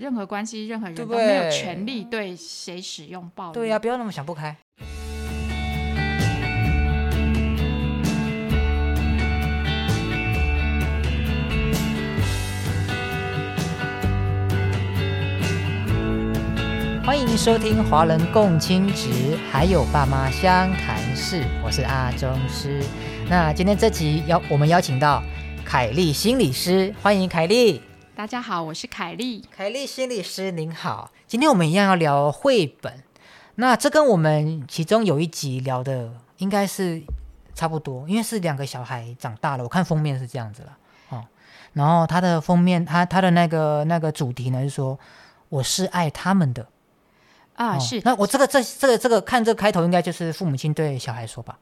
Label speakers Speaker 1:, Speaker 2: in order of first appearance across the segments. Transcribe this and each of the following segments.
Speaker 1: 任何关系、任何人
Speaker 2: 对
Speaker 1: 都
Speaker 2: 不
Speaker 1: 没有
Speaker 2: 对
Speaker 1: 权利对谁使用暴力。
Speaker 2: 对呀、不要那么想不开。欢迎收听《华人共青值》，还有爸妈湘潭市，我是阿中师。那今天这集邀我们邀请到凯丽心理师，欢迎凯丽。
Speaker 1: 大家好，我是凯莉。
Speaker 2: 凯丽心理师您好，今天我们一样要聊绘本。那这跟我们其中有一集聊的应该是差不多，因为是两个小孩长大了，我看封面是这样子了哦。然后它的封面，它它的那个那个主题呢是说我是爱他们的
Speaker 1: 啊，
Speaker 2: 哦
Speaker 1: 是
Speaker 2: 那我这个这这个这个看这个开头应该就是父母亲对小孩说吧，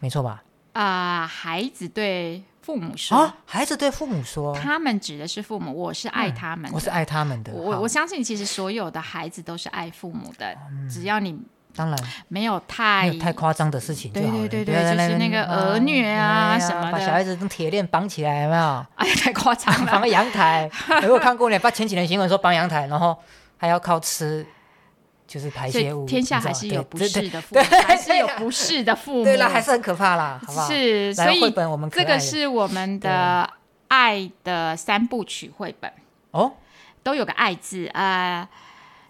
Speaker 2: 没错吧？
Speaker 1: 啊、孩子对父母说，
Speaker 2: 啊，孩子对父母说，
Speaker 1: 他们指的是父母，我是爱
Speaker 2: 嗯
Speaker 1: 他们的。
Speaker 2: 我是爱他们的。
Speaker 1: 我
Speaker 2: 好
Speaker 1: 我相信，其实所有的孩子都是爱父母的，只要你
Speaker 2: 当然
Speaker 1: 没有
Speaker 2: 嗯没
Speaker 1: 太
Speaker 2: 有太夸张的事情就
Speaker 1: 对
Speaker 2: 好
Speaker 1: 对
Speaker 2: 了。
Speaker 1: 对
Speaker 2: 不
Speaker 1: 对
Speaker 2: 要在
Speaker 1: 就是
Speaker 2: 边嗯
Speaker 1: 那个儿虐啊
Speaker 2: 哎呀
Speaker 1: 什么
Speaker 2: 把
Speaker 1: 的
Speaker 2: 小孩子用铁链绑起来，有没有？
Speaker 1: 哎呀，太夸张
Speaker 2: 绑
Speaker 1: 了。
Speaker 2: 个阳 台，哎有没有看过呢？把前几年新闻说绑阳台，然后还要靠吃，就是排
Speaker 1: 所以
Speaker 2: 泄物。
Speaker 1: 天下
Speaker 2: 你知道
Speaker 1: 还是有
Speaker 2: 对
Speaker 1: 不
Speaker 2: 对
Speaker 1: 是的父母，还是有
Speaker 2: 对
Speaker 1: 不是的父母。
Speaker 2: 对了，还是很可怕啦，好不好？
Speaker 1: 是，
Speaker 2: 来
Speaker 1: 所以
Speaker 2: 绘本我们可
Speaker 1: 这
Speaker 2: 爱
Speaker 1: 个
Speaker 2: 的
Speaker 1: 是我们的爱的三部曲绘本，
Speaker 2: 哦，
Speaker 1: 都有个爱字啊。呃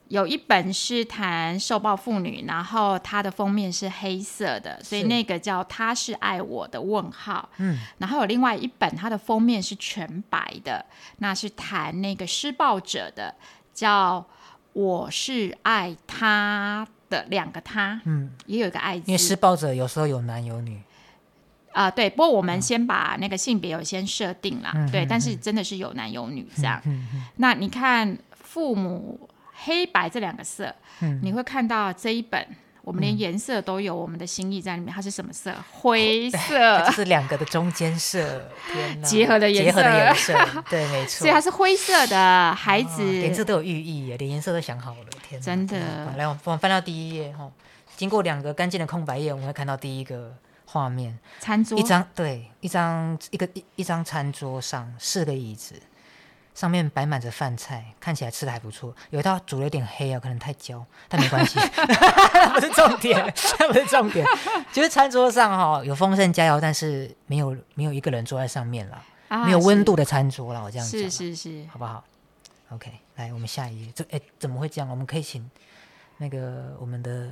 Speaker 1: 有一本是谈受暴妇女，然后它的封面是黑色的，所以
Speaker 2: 是
Speaker 1: 那个叫“他是爱我的”问号。
Speaker 2: 嗯，
Speaker 1: 然后有另外一本，它的封面是全白的，那是谈那个施暴者的，叫“我是爱他的”两个他，
Speaker 2: 嗯，
Speaker 1: 也有一个爱字，
Speaker 2: 因为施暴者有时候有男有女，
Speaker 1: 啊、对，不过我们先把那个性别有先设定啦，
Speaker 2: 嗯
Speaker 1: 对，
Speaker 2: 嗯
Speaker 1: 但是真的是有男有女这样。
Speaker 2: 嗯嗯
Speaker 1: 那你看父母黑白这两个色，
Speaker 2: 嗯
Speaker 1: 你会看到这一本，我们连颜色都有我们的心意在里面，它是什么色？灰
Speaker 2: 它就
Speaker 1: 色，
Speaker 2: 是两个的中间色，天哪
Speaker 1: 结合的颜
Speaker 2: 结合的
Speaker 1: 色
Speaker 2: 颜色，对，没错。
Speaker 1: 所以它是灰色的孩子。
Speaker 2: 啊连这都有寓意耶，连颜色都想好了，天哪！
Speaker 1: 真的
Speaker 2: 天哪来，我们我们翻到第一页哈，吼经过两个干净的空白页，我们会看到第一个画面，
Speaker 1: 餐桌
Speaker 2: 一张对，一张一个一一张餐桌上四个椅子，上面摆满着饭菜，看起来吃的还不错，有一道煮的有点黑啊，可能太焦，但 没关系， 不是重点，不是重点，就是餐桌上哈、有丰盛佳肴，但是没有没有一个人坐在上面啦，
Speaker 1: 啊
Speaker 2: 没有温度的餐桌啦，我这样讲
Speaker 1: 是
Speaker 2: 啦。
Speaker 1: 是是，
Speaker 2: 好不好？OK，来，我们下一页。这哎，怎么会这样？我们可以请那个我们的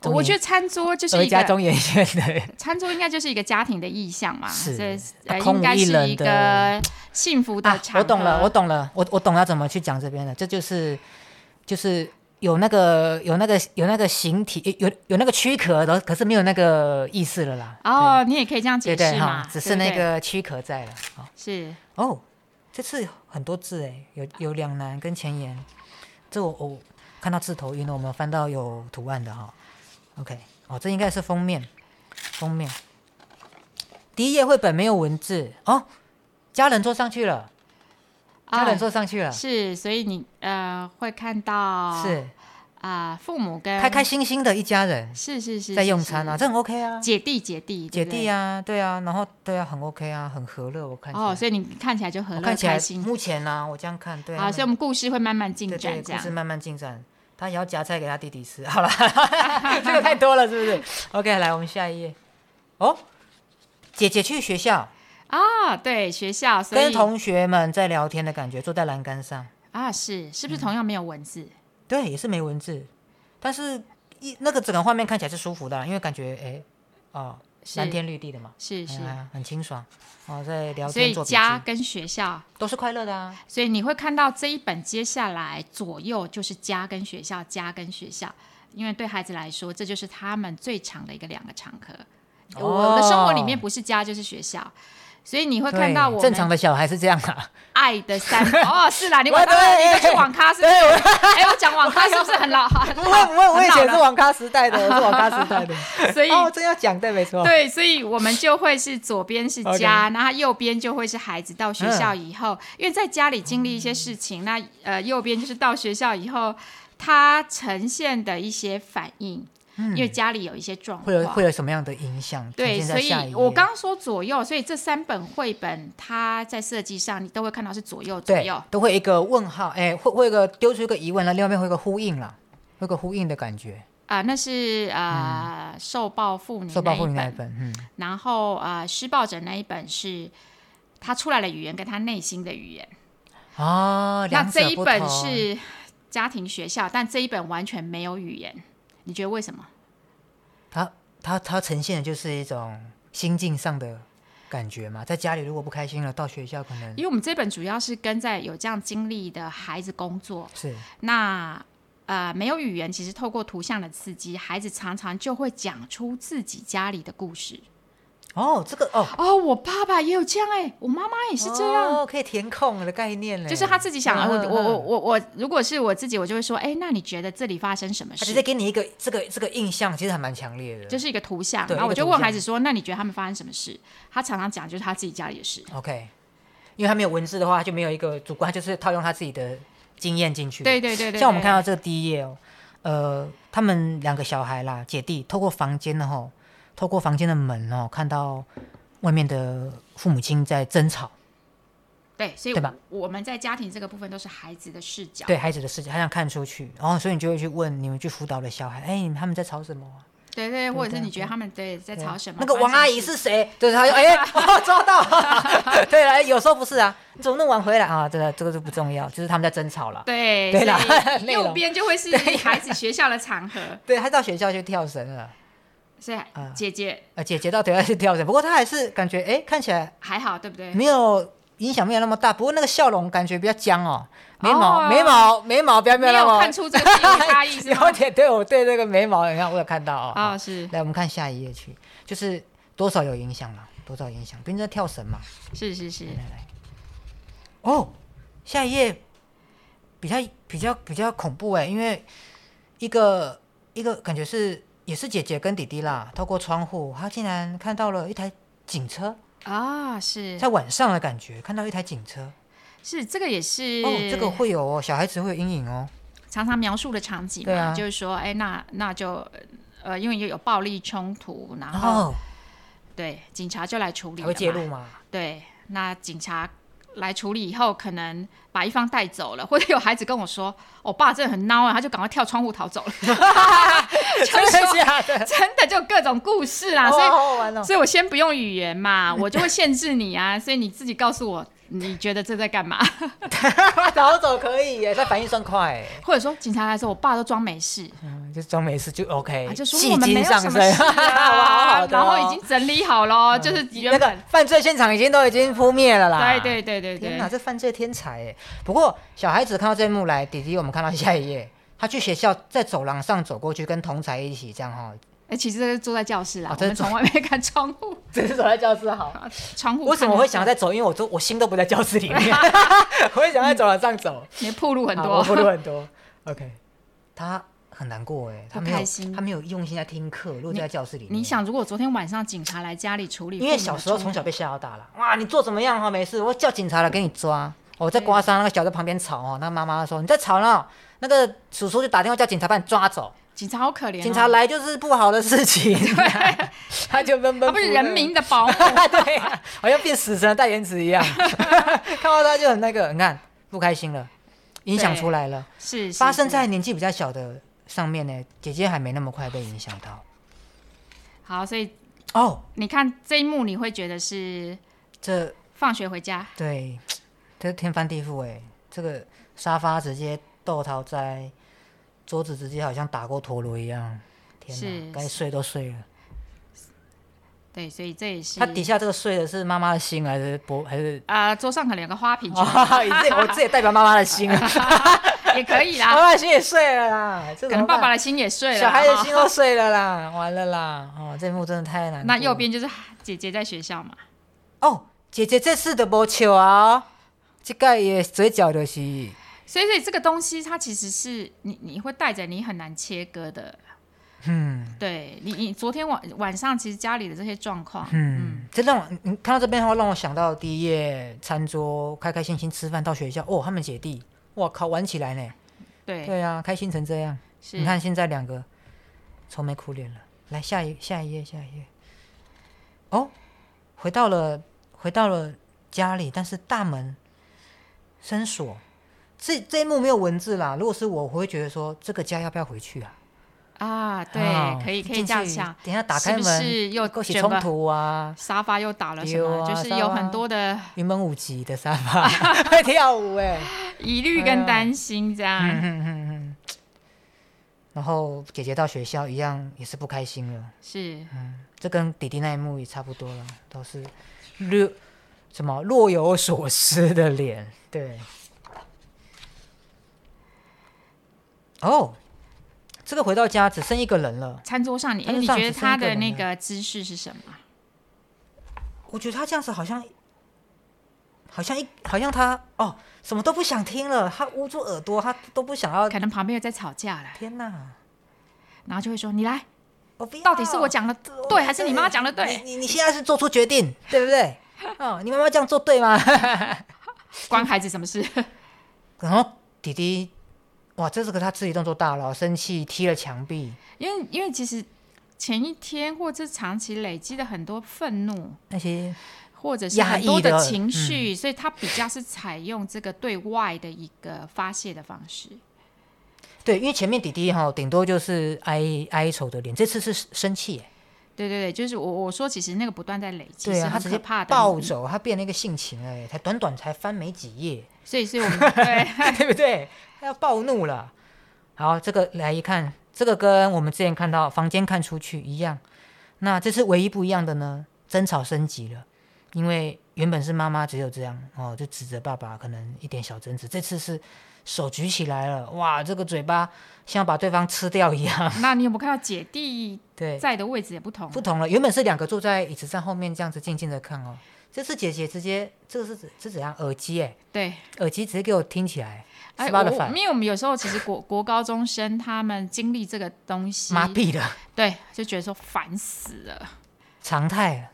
Speaker 2: 中
Speaker 1: 我
Speaker 2: 研
Speaker 1: 觉得餐桌就是
Speaker 2: 儿
Speaker 1: 一
Speaker 2: 家
Speaker 1: 个
Speaker 2: 中研院的，
Speaker 1: 餐桌应该就是一个家庭的意象嘛，
Speaker 2: 是
Speaker 1: 这
Speaker 2: 啊
Speaker 1: 呃
Speaker 2: 空
Speaker 1: 应该
Speaker 2: 无一
Speaker 1: 是
Speaker 2: 人
Speaker 1: 一
Speaker 2: 的
Speaker 1: 个幸福的
Speaker 2: 啊
Speaker 1: 场合。
Speaker 2: 我懂了，我懂了，我我懂要怎么去讲这边了。这就是就是有那个有那个有那个形体，有有有那个躯壳的，可是没有那个意思了啦。
Speaker 1: 哦，你也可以这样解
Speaker 2: 对，对
Speaker 1: 释
Speaker 2: 对
Speaker 1: 嘛
Speaker 2: 哈，，只是
Speaker 1: 对
Speaker 2: 那
Speaker 1: 不对
Speaker 2: 个躯壳在了。好
Speaker 1: 是
Speaker 2: 哦，这次很多字哎，有有两难跟前言，这我我看到字头晕了，我们翻到有图案的哈、OK，哦，这应该是封面，封面。第一页绘本没有文字哦，家人坐上去了，家人坐上去了，
Speaker 1: 哦是，所以你呃会看到
Speaker 2: 是
Speaker 1: 啊、父母跟
Speaker 2: 开开心心的一家人
Speaker 1: 是是是
Speaker 2: 在
Speaker 1: 是
Speaker 2: 用
Speaker 1: 是
Speaker 2: 餐啊，这很 OK 啊，
Speaker 1: 姐弟姐弟
Speaker 2: 姐弟
Speaker 1: 啊
Speaker 2: 啊，对啊，然后对啊，很 OK 啊，很和乐，我看起来，
Speaker 1: 哦，所以你看起来就
Speaker 2: 我
Speaker 1: 很
Speaker 2: 看起
Speaker 1: 开
Speaker 2: 来
Speaker 1: 心。
Speaker 2: 目前啊，我这样看，对啊，
Speaker 1: 好，所以我们故事会慢慢进
Speaker 2: 对对，
Speaker 1: 展这
Speaker 2: 故事
Speaker 1: 样。
Speaker 2: 慢慢进展。他也要夹菜给他弟弟吃，好了， 这个太多了，是不是？OK，来，我们下一页。哦，姐姐去学校，
Speaker 1: 啊、对学校，所
Speaker 2: 跟
Speaker 1: 以
Speaker 2: 同学们在聊天的感觉，坐在栏杆上。
Speaker 1: 啊是是不
Speaker 2: 嗯
Speaker 1: 是同样没有文字？
Speaker 2: 对，也是没文字，但是一那个整个画面看起来是舒服的啦，因为感觉哎，哦，
Speaker 1: 是
Speaker 2: 蓝天绿地的嘛，
Speaker 1: 是是
Speaker 2: 哎，呀很清爽。哦，在聊
Speaker 1: 所
Speaker 2: 天
Speaker 1: 以
Speaker 2: 做笔
Speaker 1: 家
Speaker 2: 记，
Speaker 1: 跟学校，
Speaker 2: 都是快乐的啊。
Speaker 1: 所以你会看到这一本接下来左右就是家跟学校，家跟学校，因为对孩子来说，这就是他们最长的一个两个场合。我的生活里面
Speaker 2: 哦
Speaker 1: 不是家就是学校，所以你会
Speaker 2: 对
Speaker 1: 看到我
Speaker 2: 正常
Speaker 1: 们
Speaker 2: 的小孩是这样啊，
Speaker 1: 爱的 三哦，是啦，你
Speaker 2: 我
Speaker 1: 网咖
Speaker 2: 对
Speaker 1: 你都去网咖是不是？
Speaker 2: 对
Speaker 1: 哎，我讲网咖是不是很老？ 很
Speaker 2: 不会不会，我以前
Speaker 1: 很
Speaker 2: 是
Speaker 1: 老
Speaker 2: 网咖时代的，我是网咖时代的。
Speaker 1: 了 所以。
Speaker 2: 哦，真要讲对，没错。
Speaker 1: 对，所以我们就会是左边是
Speaker 2: OK 嗯
Speaker 1: 家，然后右边就会是孩子到学校以后，因为在家里经历一些事情，那呃右边就是到学校以后他呈现的一些反应。因为家里有一些状
Speaker 2: 嗯会有
Speaker 1: 况
Speaker 2: 会。有什么样的影响？
Speaker 1: 对，
Speaker 2: 呈现
Speaker 1: 所
Speaker 2: 在下一
Speaker 1: 以
Speaker 2: 页
Speaker 1: 我刚刚说左右，所以这三本绘本它在设计上你都会看到是左右左
Speaker 2: 对
Speaker 1: 右。
Speaker 2: 都会一个问号，哎，会会有一个丢出一个疑问，然后另外一边会有一个呼应啦，会有一个呼应的感觉。
Speaker 1: 啊、那是啊、呃受暴妇女
Speaker 2: 嗯受暴妇女那一
Speaker 1: 本，
Speaker 2: 本，嗯，
Speaker 1: 然后啊、呃施暴者那一本是他出来的语言跟他内心的语言。
Speaker 2: 哦，
Speaker 1: 那
Speaker 2: 两
Speaker 1: 这
Speaker 2: 者
Speaker 1: 一
Speaker 2: 不
Speaker 1: 本
Speaker 2: 同
Speaker 1: 是家庭学校，但这一本完全没有语言，你觉得为什么？
Speaker 2: 它它它呈现的就是一种心境上的感觉嘛，在家里如果不开心了，到学校可能
Speaker 1: 因为我们这本主要是跟在有这样经历的孩子工作，
Speaker 2: 是
Speaker 1: 那呃没有语言，其实透过图像的刺激，孩子常常就会讲出自己家里的故事。
Speaker 2: 哦，这个哦
Speaker 1: 哦，我爸爸也有这样哎、我妈妈也是这样。
Speaker 2: 哦，可以填空的概念嘞，
Speaker 1: 就是他自己想，啊我
Speaker 2: 嗯
Speaker 1: 我我
Speaker 2: 嗯
Speaker 1: 我我，如果是我自己，我就会说，哎、那你觉得这里发生什么
Speaker 2: 他
Speaker 1: 事
Speaker 2: 直？接给你一个这个这个印象，其实还蛮强烈的。
Speaker 1: 就是一个图像，
Speaker 2: 对
Speaker 1: 然后我
Speaker 2: 一个
Speaker 1: 就
Speaker 2: 图
Speaker 1: 问
Speaker 2: 像
Speaker 1: 孩子说：“那你觉得他们发生什么事？”他常常讲就是他自己家里的事。
Speaker 2: OK，因为他没有文字的话，他就没有一个主观，他就是套用他自己的经验进去。
Speaker 1: 对对对对，
Speaker 2: 像我们
Speaker 1: 对
Speaker 2: 看到这个第一页哦，呃，他们两个小孩啦，姐弟透过房间的吼，透过房间的门哦，看到外面的父母亲在争吵，
Speaker 1: 对，所以
Speaker 2: 对吧
Speaker 1: 我们在家庭这个部分都是孩子的视角。
Speaker 2: 对孩子的事情，他想看出去，然、后所以你就会去问你们去辅导的小孩，哎，他们在吵什么啊、
Speaker 1: 对对，或者是
Speaker 2: 对
Speaker 1: 你觉得他们对在
Speaker 2: 对
Speaker 1: 吵什么？
Speaker 2: 那个王阿姨
Speaker 1: 关心
Speaker 2: 是谁？对， 他就哎、 哦抓到。 对了，有时候不是啊，你怎么弄完回来啊？这个这个就不重要，就是他们在争吵了。
Speaker 1: 对
Speaker 2: 对啦
Speaker 1: 所 以
Speaker 2: 内容
Speaker 1: 右边就会是孩子学校的场合，
Speaker 2: 对，他到学校去跳绳了，
Speaker 1: 所以姐姐
Speaker 2: 呃，姐姐到学校去跳绳，不过他还是感觉哎，看起来
Speaker 1: 还好，对不对？
Speaker 2: 没有影响没有那么大，不过那个笑容感觉比较僵哦，眉
Speaker 1: 哦
Speaker 2: 毛眉毛眉毛不要不要
Speaker 1: 没
Speaker 2: 那
Speaker 1: 有
Speaker 2: 么
Speaker 1: 看出这个地域差 异是
Speaker 2: 有
Speaker 1: 吗？
Speaker 2: 点对我对这个眉毛，你看我有看到哦。
Speaker 1: 啊，是
Speaker 2: 来，我们看下一页去，就是多少有影响嘛，多少有影响，毕竟在跳绳嘛。
Speaker 1: 是是是，
Speaker 2: 来来，哦，下一页比较比较比较恐怖哎，因为一个一个感觉是也是姐姐跟弟弟啦，透过窗户，他竟然看到了一台警车，
Speaker 1: 啊是
Speaker 2: 在晚上的感觉，看到一台警车，
Speaker 1: 是，这个也是
Speaker 2: 哦，这个会有哦，小孩子会有阴影哦，
Speaker 1: 常常描述的场景
Speaker 2: 对
Speaker 1: 嘛，
Speaker 2: 啊
Speaker 1: 就是说，哎，那那就呃，因为有有暴力冲突，然
Speaker 2: 然
Speaker 1: 后
Speaker 2: 后
Speaker 1: 对警察就来处理
Speaker 2: 哦才
Speaker 1: 了
Speaker 2: 会介
Speaker 1: 嘛
Speaker 2: 入嘛，
Speaker 1: 对，那警察来处理以后，可能把一方带走了，或者有孩子跟我说：“我、爸真的很孬啊，他就赶快跳窗户逃 走了。”就是
Speaker 2: 真的
Speaker 1: 说，
Speaker 2: 假的？
Speaker 1: 真的就有各种故事啦，啊
Speaker 2: 哦
Speaker 1: 所以。
Speaker 2: 好好玩哦，
Speaker 1: 啊所以我先不用语言嘛，我就会限制你啊，所以你自己告诉我你觉得这在干嘛，
Speaker 2: 逃走可以耶，他反应算快耶，
Speaker 1: 或者说警察来说，我爸都装没事，
Speaker 2: 嗯，就装没事就 OK，
Speaker 1: 啊、就说
Speaker 2: 戏
Speaker 1: 我们没
Speaker 2: 精
Speaker 1: 有
Speaker 2: 哎上
Speaker 1: 什
Speaker 2: 身，
Speaker 1: 么事
Speaker 2: 哇好
Speaker 1: 啊，
Speaker 2: 好的
Speaker 1: 然后
Speaker 2: 哦嗯
Speaker 1: 已经整理好了，就是原
Speaker 2: 那个
Speaker 1: 本，
Speaker 2: 犯罪现场已经都已经扑灭了啦。
Speaker 1: 对对对对
Speaker 2: 天哪，
Speaker 1: 对，
Speaker 2: 这犯罪天才哎！不过小孩子看到这一幕来，弟弟我们看到下一页，他去学校在走廊上走过去，跟同才一起这样哈，
Speaker 1: 哎，其实这是坐在教室啦，
Speaker 2: 哦
Speaker 1: 我
Speaker 2: 这
Speaker 1: 们
Speaker 2: 是
Speaker 1: 从外面看窗户，
Speaker 2: 只是走在教室好。
Speaker 1: 窗户
Speaker 2: 为什么
Speaker 1: 看
Speaker 2: 会
Speaker 1: 着
Speaker 2: 想要在走？因为我都我心都不在教室 里面，我会想在走廊上走，
Speaker 1: 你铺路很
Speaker 2: 啊我
Speaker 1: 多，
Speaker 2: 不录很多。OK，他很难过哎，他没
Speaker 1: 不开
Speaker 2: 有
Speaker 1: 心
Speaker 2: 他没有用心在听课，如果在教室里面，
Speaker 1: 你想，如果昨天晚上警察来家里处理，
Speaker 2: 因为小时候从小被吓到大了，哇，你做怎么样哈、没事，我叫警察来给你抓。我在刮痧，那个小在旁边吵哦，那妈妈说你在吵呢，那个叔叔就打电话叫警察把你抓走，
Speaker 1: 警察好可怜、哦
Speaker 2: 警察，来就是不好的事 情，他就闷闷，
Speaker 1: 他不是人，民的保姆
Speaker 2: 对、啊，好像变死神的代言词一 样，看到他就很那个，你看不开心了，影响出来了，
Speaker 1: 是是
Speaker 2: 发生
Speaker 1: 是
Speaker 2: 在年纪比较小的上面呢，姐姐还没那么快被影响到
Speaker 1: 好，所以
Speaker 2: 哦，
Speaker 1: 你看这一幕，你会觉得是
Speaker 2: 这
Speaker 1: 放学回家，
Speaker 2: 对，这天翻地覆哎，这个沙发直接豆桃在，桌子直接好像打过陀螺一样。天
Speaker 1: 是
Speaker 2: 哪，该睡都睡了。
Speaker 1: 对，所以这也是
Speaker 2: 他底下这个睡的是妈妈的心还是脖还 是？
Speaker 1: 啊、桌上可能有个花瓶
Speaker 2: 哦，你这我这也代表妈妈的心啊，
Speaker 1: 也可以啦，
Speaker 2: 妈妈的心也碎了啦，这
Speaker 1: 可
Speaker 2: 怎么
Speaker 1: 能爸
Speaker 2: 办
Speaker 1: 爸的心也碎了，
Speaker 2: 哦
Speaker 1: 哦
Speaker 2: 小孩的
Speaker 1: 哈
Speaker 2: 心都碎了啦，完了啦，哦，这一幕真的太难过了。
Speaker 1: 那右边就是姐姐在学校嘛，
Speaker 2: 哦，姐姐这次的无笑啊哦，这个也嘴角就是。
Speaker 1: 所以所以这个东西它其实是你你会带着你很难切割的。嗯，对你，你昨天晚晚上其实家里的这些状况，
Speaker 2: 嗯，这让我你你看到这边的话，让我想到第一页餐桌开开心心吃饭到学校，哦，他们姐弟，哇靠，玩起来呢。
Speaker 1: 对，
Speaker 2: 对啊，开心成这样。
Speaker 1: 哎是
Speaker 2: 你看现在两个愁眉苦脸了。来下一下一页，下一页。哦，回到了回到了家里，但是大门深锁。这这一幕没有文字啦。如果是我，我会觉得说这个家要不要回去啊？
Speaker 1: 啊，对，
Speaker 2: 啊
Speaker 1: 可以可以
Speaker 2: 进
Speaker 1: 这样
Speaker 2: 去
Speaker 1: 想，
Speaker 2: 等一下打开
Speaker 1: 是
Speaker 2: 门，
Speaker 1: 不是又
Speaker 2: 勾起
Speaker 1: 整
Speaker 2: 冲
Speaker 1: 个
Speaker 2: 突啊？
Speaker 1: 沙发又打了什么，
Speaker 2: 有啊
Speaker 1: 就是
Speaker 2: 沙
Speaker 1: 有
Speaker 2: 发
Speaker 1: 很多的
Speaker 2: 云门舞集的沙发会跳舞哎、
Speaker 1: 疑虑
Speaker 2: 啊
Speaker 1: 跟担心这样。
Speaker 2: 嗯然后姐姐到学校一样也是不开心了，
Speaker 1: 是
Speaker 2: 这跟弟弟那一幕也差不多了，都是略什么若有所思的脸。对，哦，这个回到家只剩一个人了，
Speaker 1: 餐桌上你，哎，
Speaker 2: 餐桌
Speaker 1: 你
Speaker 2: 上
Speaker 1: 觉得
Speaker 2: 只剩一
Speaker 1: 他
Speaker 2: 个
Speaker 1: 的
Speaker 2: 人
Speaker 1: 那
Speaker 2: 了
Speaker 1: 个姿势是什么？
Speaker 2: 我觉得他这样子好像。好像一好像他哦，什么都不想听了，他捂住耳朵，他都不想要。
Speaker 1: 可能旁边又在吵架了，
Speaker 2: 天哪，
Speaker 1: 然后就会说：“你来，
Speaker 2: 我不要
Speaker 1: 到底是我讲的
Speaker 2: 我
Speaker 1: 对还是你妈讲的对？
Speaker 2: 你你你现在是做出 决定，对不对？哦，你妈妈这样做对吗？
Speaker 1: 关孩子什么事
Speaker 2: 然后弟弟，哇，这是个他自己动作大了，生气踢了墙壁。？”
Speaker 1: 因为因为其实前一天或者长期累积的很多愤怒，
Speaker 2: 那些
Speaker 1: 或者是
Speaker 2: 压
Speaker 1: 很多
Speaker 2: 抑的嗯
Speaker 1: 情绪，所以他比较是采用这个对外的一个发泄的方式。
Speaker 2: 对，因为前面弟弟哈、顶多就是哀哀愁的脸，这次是生气耶，
Speaker 1: 对对对，就是我我说，其实那个不断在累积，
Speaker 2: 对
Speaker 1: 是
Speaker 2: 啊，他
Speaker 1: 很
Speaker 2: 直
Speaker 1: 可
Speaker 2: 接
Speaker 1: 怕的。嗯
Speaker 2: 暴走，他变了一个性情哎，才短短才翻没几页，
Speaker 1: 所以所以我们对
Speaker 2: 对不对？他要暴怒了。好，这个来一看，这个跟我们之前看到房间看出去一样。那这次唯一不一样的呢，争吵升级了，因为原本是妈妈只有这样哦，就指责爸爸，可能一点小争执。这次是手举起来了，哇，这个嘴巴像要把对方吃掉一样。
Speaker 1: 那你有没有看到姐弟
Speaker 2: 对，
Speaker 1: 在的位置也不同？
Speaker 2: 不同了，原本是两个坐在椅子上后面这样子静静的看哦，这次姐姐直接这个是怎是怎样耳机哎，
Speaker 1: 对，
Speaker 2: 耳机直接给我听起来
Speaker 1: 哎，我我
Speaker 2: ，Spotify
Speaker 1: 因为我们有时候其实国国高中生他们经历这个东西，
Speaker 2: 麻痹了。
Speaker 1: 对，就觉得说烦死了，
Speaker 2: 常态了。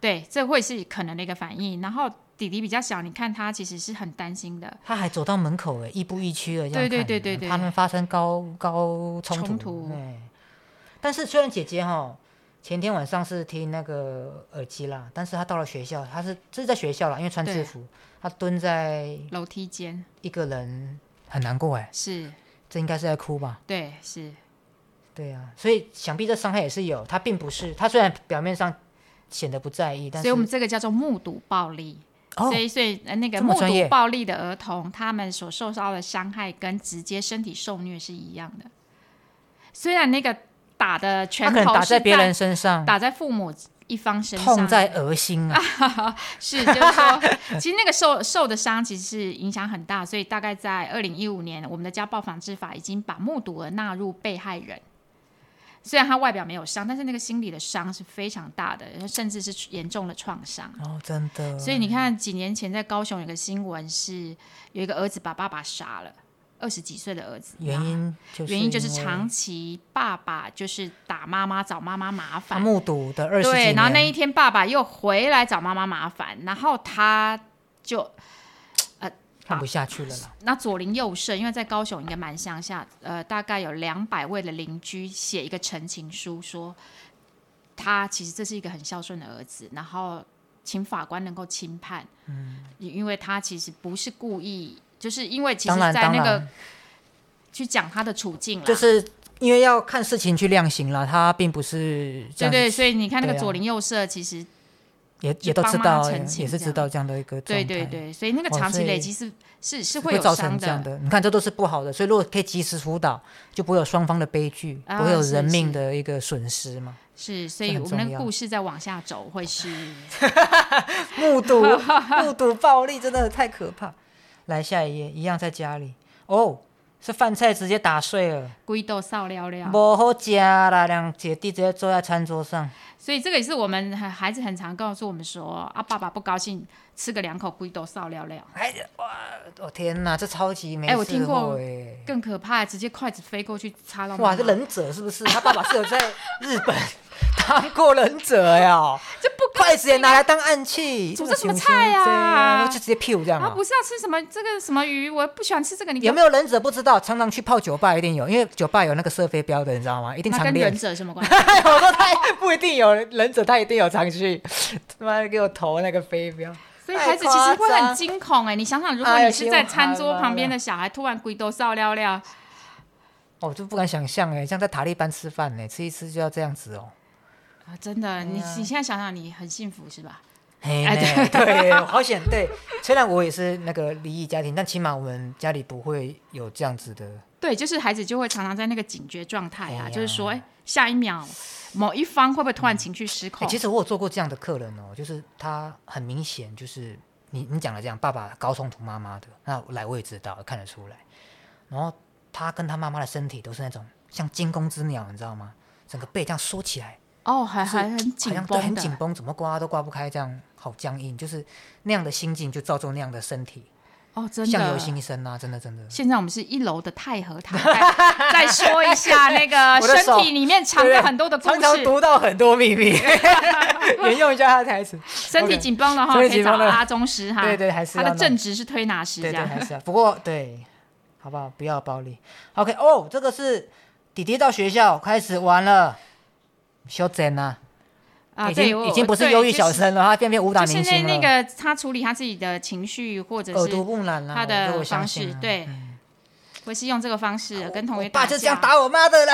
Speaker 1: 对，这会是可能的一个反应。然后弟弟比较小，你看他其实是很担心的
Speaker 2: 他还走到门口哎，亦步亦趋的这样
Speaker 1: 对对
Speaker 2: 看
Speaker 1: 对对对
Speaker 2: 他们发生高高冲突。
Speaker 1: 冲突
Speaker 2: 哎但是虽然姐姐哈前天晚上是听那个耳机啦，但是她到了学校，她是这是在学校啦，因为穿制
Speaker 1: 对
Speaker 2: 服，她蹲在
Speaker 1: 楼梯间，
Speaker 2: 一个人很难过哎，
Speaker 1: 是
Speaker 2: 这应该是在哭吧？
Speaker 1: 对是，
Speaker 2: 对啊，所以想必这伤害也是有，她并不是她虽然表面上显得不在意，但
Speaker 1: 所
Speaker 2: 是
Speaker 1: 以我们这个叫做目睹暴力。
Speaker 2: 哦
Speaker 1: 所以，所以呃那个
Speaker 2: 这么
Speaker 1: 目
Speaker 2: 专业
Speaker 1: 睹暴力的儿童，他们所受到的伤害跟直接身体受虐是一样的。虽然那个打的拳
Speaker 2: 她可
Speaker 1: 头
Speaker 2: 能
Speaker 1: 是
Speaker 2: 打在别人身上，
Speaker 1: 打在父母一方身上，
Speaker 2: 痛在额心啊，
Speaker 1: 是，就是说， 其实那个受受的伤其实是影响很大，所以大概在二零一五年，我们的家暴防治法已经把目睹儿纳入被害人。虽然他外表没有伤，但是那个心理的伤是非常大的，甚至是严重的创伤。
Speaker 2: 哦，真的，
Speaker 1: 所以你看，几年前在高雄有个新闻是，有一个儿子把爸爸杀了，二十几岁的儿子，
Speaker 2: 原因就是
Speaker 1: 原因就是
Speaker 2: 为
Speaker 1: 长期爸爸就是打妈妈，找妈妈麻
Speaker 2: 他
Speaker 1: 烦，
Speaker 2: 目睹的二十几
Speaker 1: 对，
Speaker 2: 年，
Speaker 1: 然后那一天爸爸又回来找妈妈麻烦，然后他就
Speaker 2: 看不下去了啦。
Speaker 1: 那左邻右舍，因为在高雄应该蛮乡下，呃，大概有两百位的邻居写一个陈情书说，他其实这是一个很孝顺的儿子，然后请法官能够轻判，嗯，因为他其实不是故意，就是因为其实
Speaker 2: 当然
Speaker 1: 在那
Speaker 2: 当
Speaker 1: 个啊
Speaker 2: 然
Speaker 1: 去讲他的处境啦，
Speaker 2: 就是因为要看事情去量刑了，他并不是这
Speaker 1: 对对，
Speaker 2: 样子
Speaker 1: 所以你看那个
Speaker 2: 对啊
Speaker 1: 左邻右舍其实
Speaker 2: 也
Speaker 1: 就
Speaker 2: 也都知
Speaker 1: 帮
Speaker 2: 道，
Speaker 1: 忙
Speaker 2: 也
Speaker 1: 澄清
Speaker 2: 也是知道这样的一个状
Speaker 1: 对对
Speaker 2: 态，
Speaker 1: 对，所以那个
Speaker 2: 哦
Speaker 1: 长期
Speaker 2: 所以
Speaker 1: 累积是是是会
Speaker 2: 会
Speaker 1: 有
Speaker 2: 造
Speaker 1: 伤
Speaker 2: 成这样
Speaker 1: 的。
Speaker 2: 的。你看，这都是不好的，所以如果可以及时辅导，就不会有双方的悲剧，
Speaker 1: 啊
Speaker 2: 不会有
Speaker 1: 是
Speaker 2: 人命
Speaker 1: 是
Speaker 2: 的一个损失嘛。
Speaker 1: 是，所
Speaker 2: 这
Speaker 1: 以
Speaker 2: 很
Speaker 1: 我们
Speaker 2: 重
Speaker 1: 的
Speaker 2: 要
Speaker 1: 故事再往下走会是
Speaker 2: 目睹目睹暴力真的太可怕。来下一页，一样在家里哦，是饭菜直接打碎了，
Speaker 1: 龟豆少聊 聊，
Speaker 2: 不好吃啦，两姐弟直接坐在餐桌上。
Speaker 1: 所以这个也是我们很孩子很常告诉我们说啊，爸爸不高兴，吃个两口龟豆少聊聊。
Speaker 2: 哎哇，我、天哪，这超级没
Speaker 1: 哎我
Speaker 2: 智
Speaker 1: 听过
Speaker 2: 慧耶
Speaker 1: 更可怕，直接筷子飞过去插到妈
Speaker 2: 哇，
Speaker 1: 妈
Speaker 2: 这忍者是不是？他爸爸是有在日本当过 忍者呀，
Speaker 1: 这不跟
Speaker 2: 筷子也拿来当暗器，
Speaker 1: 煮
Speaker 2: 这
Speaker 1: 啊这什么
Speaker 2: 行
Speaker 1: 菜
Speaker 2: 行
Speaker 1: 啊
Speaker 2: 这样就直接 Q 这样
Speaker 1: 啊，
Speaker 2: 啊
Speaker 1: 不。是要吃什么这个什么鱼，我不喜欢吃这个，你给
Speaker 2: 有
Speaker 1: 我
Speaker 2: 没有忍者不知道？常常去泡酒吧一定有，因为酒吧有那个射飞镖的，你知道吗？一定
Speaker 1: 那
Speaker 2: 常
Speaker 1: 跟
Speaker 2: 练
Speaker 1: 忍。者什么 关系？
Speaker 2: 哎， 我说他不一定有忍者，他一定有常去。 他妈的给我投那个飞镖，哦
Speaker 1: 所以孩子
Speaker 2: 太
Speaker 1: 其实
Speaker 2: 夸
Speaker 1: 会
Speaker 2: 张
Speaker 1: 很惊恐哎、你想想，如果
Speaker 2: 哎呀
Speaker 1: 你是在餐桌旁边的小孩，突然鬼头少撩撩，
Speaker 2: 哦我就不敢想象哎，像在塔利班吃饭欸呢，吃一吃就要这样子哦。
Speaker 1: 啊，真的，你你现在想想，你很幸福是吧？
Speaker 2: 嘿
Speaker 1: 哎
Speaker 2: 呢，对，好险！对，虽然我也是那个离异家庭，但起码我们家里不会有这样子的。
Speaker 1: 对，就是孩子就会常常在那个警觉状态啊，
Speaker 2: 哎呀
Speaker 1: 就是说，哎、下一秒某一方会不会突然情绪失
Speaker 2: 哎、
Speaker 1: 控？
Speaker 2: 其实我有做过这样的客人哦，就是他很明显就是你你讲的这样，爸爸高冲突妈妈的，那我来我也知道看得出来。然后他跟他妈妈的身体都是那种像惊弓之鸟，你知道吗？整个背这样缩起来，
Speaker 1: 哦，还
Speaker 2: 是
Speaker 1: 还很
Speaker 2: 好
Speaker 1: 紧
Speaker 2: 像对
Speaker 1: 绷
Speaker 2: 很紧
Speaker 1: 的，
Speaker 2: 绷，怎么刮都刮不开，这样好僵硬，就是那样的心境就造就那样的身体，
Speaker 1: 哦，真
Speaker 2: 相由
Speaker 1: 的。
Speaker 2: 心生啊，真的真的。
Speaker 1: 现在我们是一楼的太和 塔，再再说一下那个
Speaker 2: 我的手
Speaker 1: 身体里面藏
Speaker 2: 对
Speaker 1: 着
Speaker 2: 不对
Speaker 1: 很多的故
Speaker 2: 常常
Speaker 1: 事，
Speaker 2: 读到很多秘 密，沿用一下他的台词。
Speaker 1: 身体
Speaker 2: OK
Speaker 1: 紧绷的话，
Speaker 2: 身
Speaker 1: 可
Speaker 2: 体
Speaker 1: 以
Speaker 2: 紧
Speaker 1: 找
Speaker 2: 绷的
Speaker 1: 阿宗师哈，
Speaker 2: 对对还是
Speaker 1: 他的
Speaker 2: 要弄
Speaker 1: 正职是啊推拿师这
Speaker 2: 对对
Speaker 1: 样。
Speaker 2: 还是啊要。不过对，好不好？不要暴力。OK，哦，这个是弟弟到学校开始玩了，修整啊，
Speaker 1: 啊，
Speaker 2: 已
Speaker 1: 对
Speaker 2: 经
Speaker 1: 我
Speaker 2: 已经不是
Speaker 1: 对
Speaker 2: 忧郁
Speaker 1: 就
Speaker 2: 小
Speaker 1: 是
Speaker 2: 生了，他变变武打
Speaker 1: 就
Speaker 2: 明
Speaker 1: 现在
Speaker 2: 星
Speaker 1: 那
Speaker 2: 了，
Speaker 1: 个他处理他自己的情绪，或者
Speaker 2: 耳
Speaker 1: 是
Speaker 2: 濡目染了。
Speaker 1: 他
Speaker 2: 我
Speaker 1: 的
Speaker 2: 这我相
Speaker 1: 方
Speaker 2: 信
Speaker 1: 式
Speaker 2: 啊
Speaker 1: 对
Speaker 2: 嗯
Speaker 1: 我是用这个方式跟同
Speaker 2: 我
Speaker 1: 学
Speaker 2: 爸
Speaker 1: 打
Speaker 2: 就这样
Speaker 1: 架，
Speaker 2: 打我妈的啦，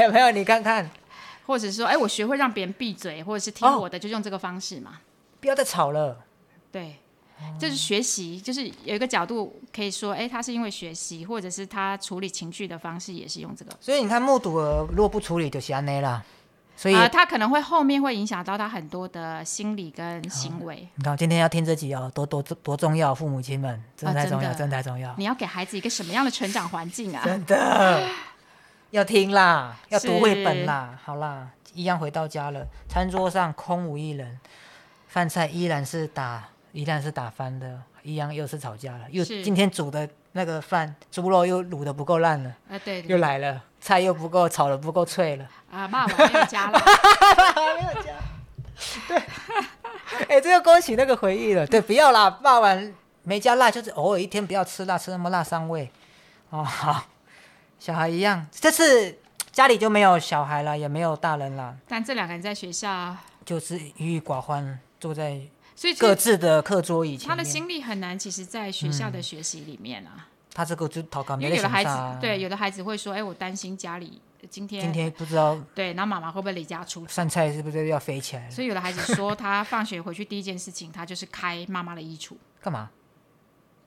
Speaker 2: 有没有？你看看，
Speaker 1: 或者是说，哎，我学会让别人闭嘴，或者是听
Speaker 2: 哦
Speaker 1: 我的，就用这个方式嘛。
Speaker 2: 不要再吵了。
Speaker 1: 对，
Speaker 2: 哦
Speaker 1: 就是学习，就是有一个角度可以说，哎，他是因为学习，或者是他处理情绪的方式也是用这个。
Speaker 2: 所以你看，目睹儿如果不处理，就是安内啦。所以
Speaker 1: 啊、他可能会后面会影响到他很多的心理
Speaker 2: 啊
Speaker 1: 跟行为。
Speaker 2: 你看，今天要听这集哦，多多多重要，父母亲们，真的
Speaker 1: 啊
Speaker 2: 太重
Speaker 1: 真
Speaker 2: 要，
Speaker 1: 的
Speaker 2: 真的太重要，
Speaker 1: 你要给孩子一个什么样的成长环境啊？
Speaker 2: 真的要听啦，要读绘
Speaker 1: 是
Speaker 2: 本啦，好啦，一样回到家了，餐桌上空无一人，饭菜依然是打，依然是打翻的，一样又是吵架了，又
Speaker 1: 是
Speaker 2: 今天煮的那个饭，猪肉又卤的不够烂了，
Speaker 1: 啊，对，
Speaker 2: 又来了，菜又不够炒的不够脆了，
Speaker 1: 啊，骂我没有家 了。
Speaker 2: 哎、这又勾起那个回忆了。对，不要啦，骂完没加辣，就是偶尔一天不要吃辣，吃那么辣伤胃。哦，好，小孩一样，这次家里就没有小孩了，也没有大人了，
Speaker 1: 但这两个人在学校，
Speaker 2: 就是郁郁寡欢，坐在
Speaker 1: 所以其实
Speaker 2: 各自的课桌椅前
Speaker 1: 他
Speaker 2: 面。
Speaker 1: 的心力很难，其实，在学校的学习里面啊，
Speaker 2: 他这个就讨感
Speaker 1: 因
Speaker 2: 啊
Speaker 1: 为
Speaker 2: 没得
Speaker 1: 有的
Speaker 2: 想
Speaker 1: 孩
Speaker 2: 啥
Speaker 1: 子，，对，有的孩子会说，哎，我担心家里呃今天
Speaker 2: 今天不知道
Speaker 1: 对，然后妈妈会不会离家出走，
Speaker 2: 饭菜是不是要飞起来了？
Speaker 1: 所以有的孩子说，他放学回去第一件事情，他就是开妈妈的衣橱，
Speaker 2: 干嘛？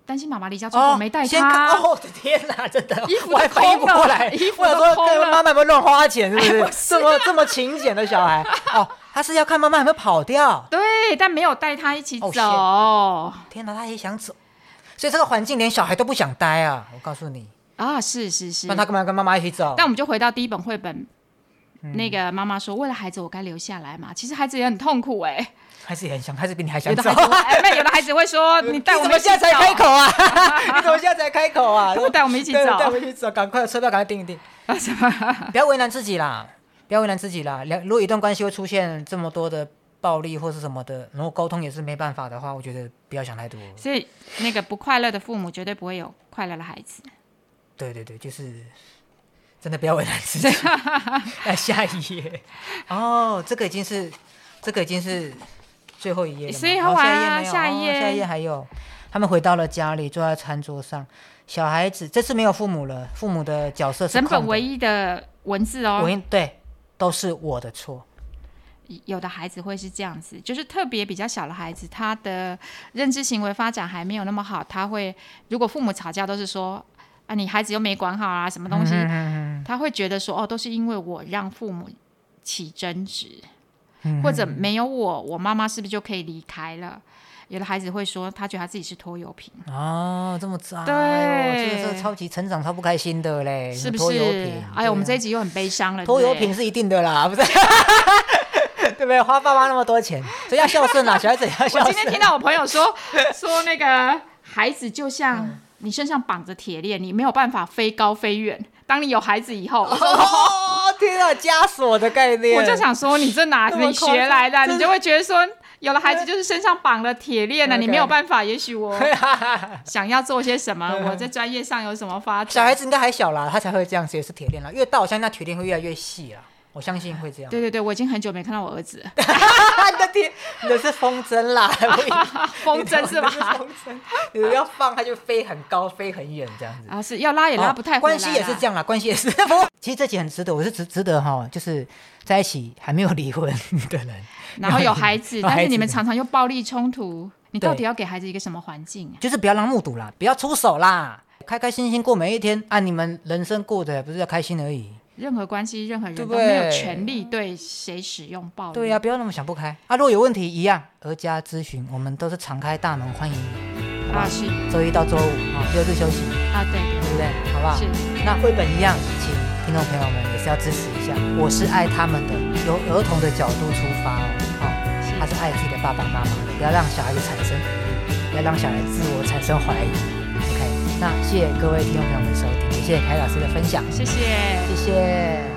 Speaker 1: 担心妈妈离家出走没带
Speaker 2: 哦先看
Speaker 1: 他。
Speaker 2: 哦，我的天哪，真的，
Speaker 1: 衣服都
Speaker 2: 我还反应不
Speaker 1: 空了
Speaker 2: 过来，
Speaker 1: 衣服
Speaker 2: 我想
Speaker 1: 都
Speaker 2: 说
Speaker 1: 空
Speaker 2: 看
Speaker 1: 了哎
Speaker 2: 妈妈有没有乱花钱，是不是？这
Speaker 1: 啊
Speaker 2: 么这么勤俭的小孩，哦，他是要看妈妈有没有跑掉。
Speaker 1: 对，但没有带他一起
Speaker 2: 哦
Speaker 1: 走。
Speaker 2: 天哪，他也想走，所以这个环境连小孩都不想待啊！我告诉你，
Speaker 1: 啊，是是是
Speaker 2: 那。他干嘛跟妈妈一起走？
Speaker 1: 但我们就回到第一本绘本，那个妈妈说，为了孩子，我该留下来嘛。其实孩子也很痛苦哎、
Speaker 2: 还是也很想，还是比你还
Speaker 1: 有
Speaker 2: 想
Speaker 1: 的
Speaker 2: 走
Speaker 1: 孩。子会，哎没有的孩子会说，你带我
Speaker 2: 呃你怎
Speaker 1: 们
Speaker 2: 么
Speaker 1: 一起
Speaker 2: 现在才
Speaker 1: 走
Speaker 2: 开口啊？ 你怎么现在才开口 啊？
Speaker 1: 不带我们一起
Speaker 2: 对带我
Speaker 1: 走
Speaker 2: 们一起走，赶快车票赶快订一订。
Speaker 1: 啊？什么？
Speaker 2: 不要为难自己啦，不要为难自己啦。两如果一段关系会出现这么多的暴力或是什么的，然后沟通也是没办法的话，我觉得不要想太多。
Speaker 1: 所以那个不快乐的父母绝对不会有快乐的孩子。
Speaker 2: 对对对，就是真的不要为难 自己。来下一页，哦，这个已经是这个已经是最后一页了吗，
Speaker 1: 所以
Speaker 2: 好
Speaker 1: 好玩啊
Speaker 2: 下一页
Speaker 1: 下一页
Speaker 2: 没有哦下一页还有。他们回到了家里，坐在餐桌上。小孩子这次没有父母了，父母的角色是
Speaker 1: 整
Speaker 2: 空
Speaker 1: 本
Speaker 2: 的
Speaker 1: 唯一的文字哦
Speaker 2: 我，应对都是我的错。
Speaker 1: 有的孩子会是这样子，就是特别比较小的孩子，他的认知行为发展还没有那么好，他会如果父母吵架都是说啊你孩子又没管好啊什么东
Speaker 2: 嗯
Speaker 1: 西，他会觉得说哦都是因为我让父母起争执，
Speaker 2: 嗯
Speaker 1: 或者没有我，我妈妈是不是就可以离开了？有的孩子会说，他觉得他自己是拖油瓶。
Speaker 2: 哦，这么渣，
Speaker 1: 对
Speaker 2: 哎呦这个这个超级成长超不开心的嘞，
Speaker 1: 是不
Speaker 2: 拖油
Speaker 1: 是
Speaker 2: 瓶？？
Speaker 1: 哎呀，我们这
Speaker 2: 对
Speaker 1: 一集又很悲伤了。
Speaker 2: 啊拖油
Speaker 1: 对不
Speaker 2: 瓶
Speaker 1: 对
Speaker 2: 是一定的啦，不 是？对不对？花爸妈那么多钱，所以要孝顺 啊啦，小孩子也要孝
Speaker 1: 我
Speaker 2: 顺
Speaker 1: 今。天听到我朋友说说那个孩子就像你身上绑着铁链，你没有办法飞高飞远。当你有孩子以后，我说
Speaker 2: 哦，天啊，枷锁的概念，
Speaker 1: 我就想说，你这 哪
Speaker 2: 这么
Speaker 1: 里学来的啊？
Speaker 2: 夸张
Speaker 1: 你就会觉得说，有了孩子就是身上绑了铁链了，啊
Speaker 2: OK
Speaker 1: 你没有办法。也许我 想要做些什么，我在专业上有什么发
Speaker 2: 嗯小孩
Speaker 1: 展？
Speaker 2: 子应该还小啦，他才会这样子，也是铁链啦。越大，我相信那铁链会越来越细啦。我相信会这样。
Speaker 1: 对对对，我已经很久没看到我儿子了，
Speaker 2: 你的铁，你的是风 筝啦，
Speaker 1: 风筝是吧
Speaker 2: 你？的 风筝，你的要放它就飞很高，飞很远这样子。
Speaker 1: 啊，是要拉也拉啊不太回来啦。
Speaker 2: 哦关系也是这样啦，关系也是。 不过其实这集很值得，我是值值得哈，就是在一起还没有离婚的人，
Speaker 1: 然后有孩子，
Speaker 2: 有孩子
Speaker 1: 但是你们常常又暴力冲突，你
Speaker 2: 对
Speaker 1: 到底要给孩子一个什么环境啊？
Speaker 2: 就是不要让目睹啦，不要出手啦，开开心心过每一天啊！你们人生过得不是要开心而已。
Speaker 1: 任何关系，任何人
Speaker 2: 对
Speaker 1: 都
Speaker 2: 不
Speaker 1: 没有
Speaker 2: 对
Speaker 1: 权利对谁使用暴力。
Speaker 2: 对呀、不要那么想不开啊！如果有问题一样，而家咨询，我们都是敞开大门欢迎你，好吧
Speaker 1: 啊，？是
Speaker 2: 周一到周五啊，六日休息，
Speaker 1: 啊，对对
Speaker 2: 对不对？好不好？
Speaker 1: 是。
Speaker 2: 那绘本一样，请听众朋友们也是要支持一下。我是爱他们的，由儿童的角度出发哦，好、
Speaker 1: 是
Speaker 2: 他是爱自己的爸爸妈妈的，不要让小孩子产生疑虑，不要让小孩自我产生怀疑。OK，那谢谢各位听众朋友们的收听，也谢谢凯老师的分享，
Speaker 1: 谢谢。
Speaker 2: 谢谢。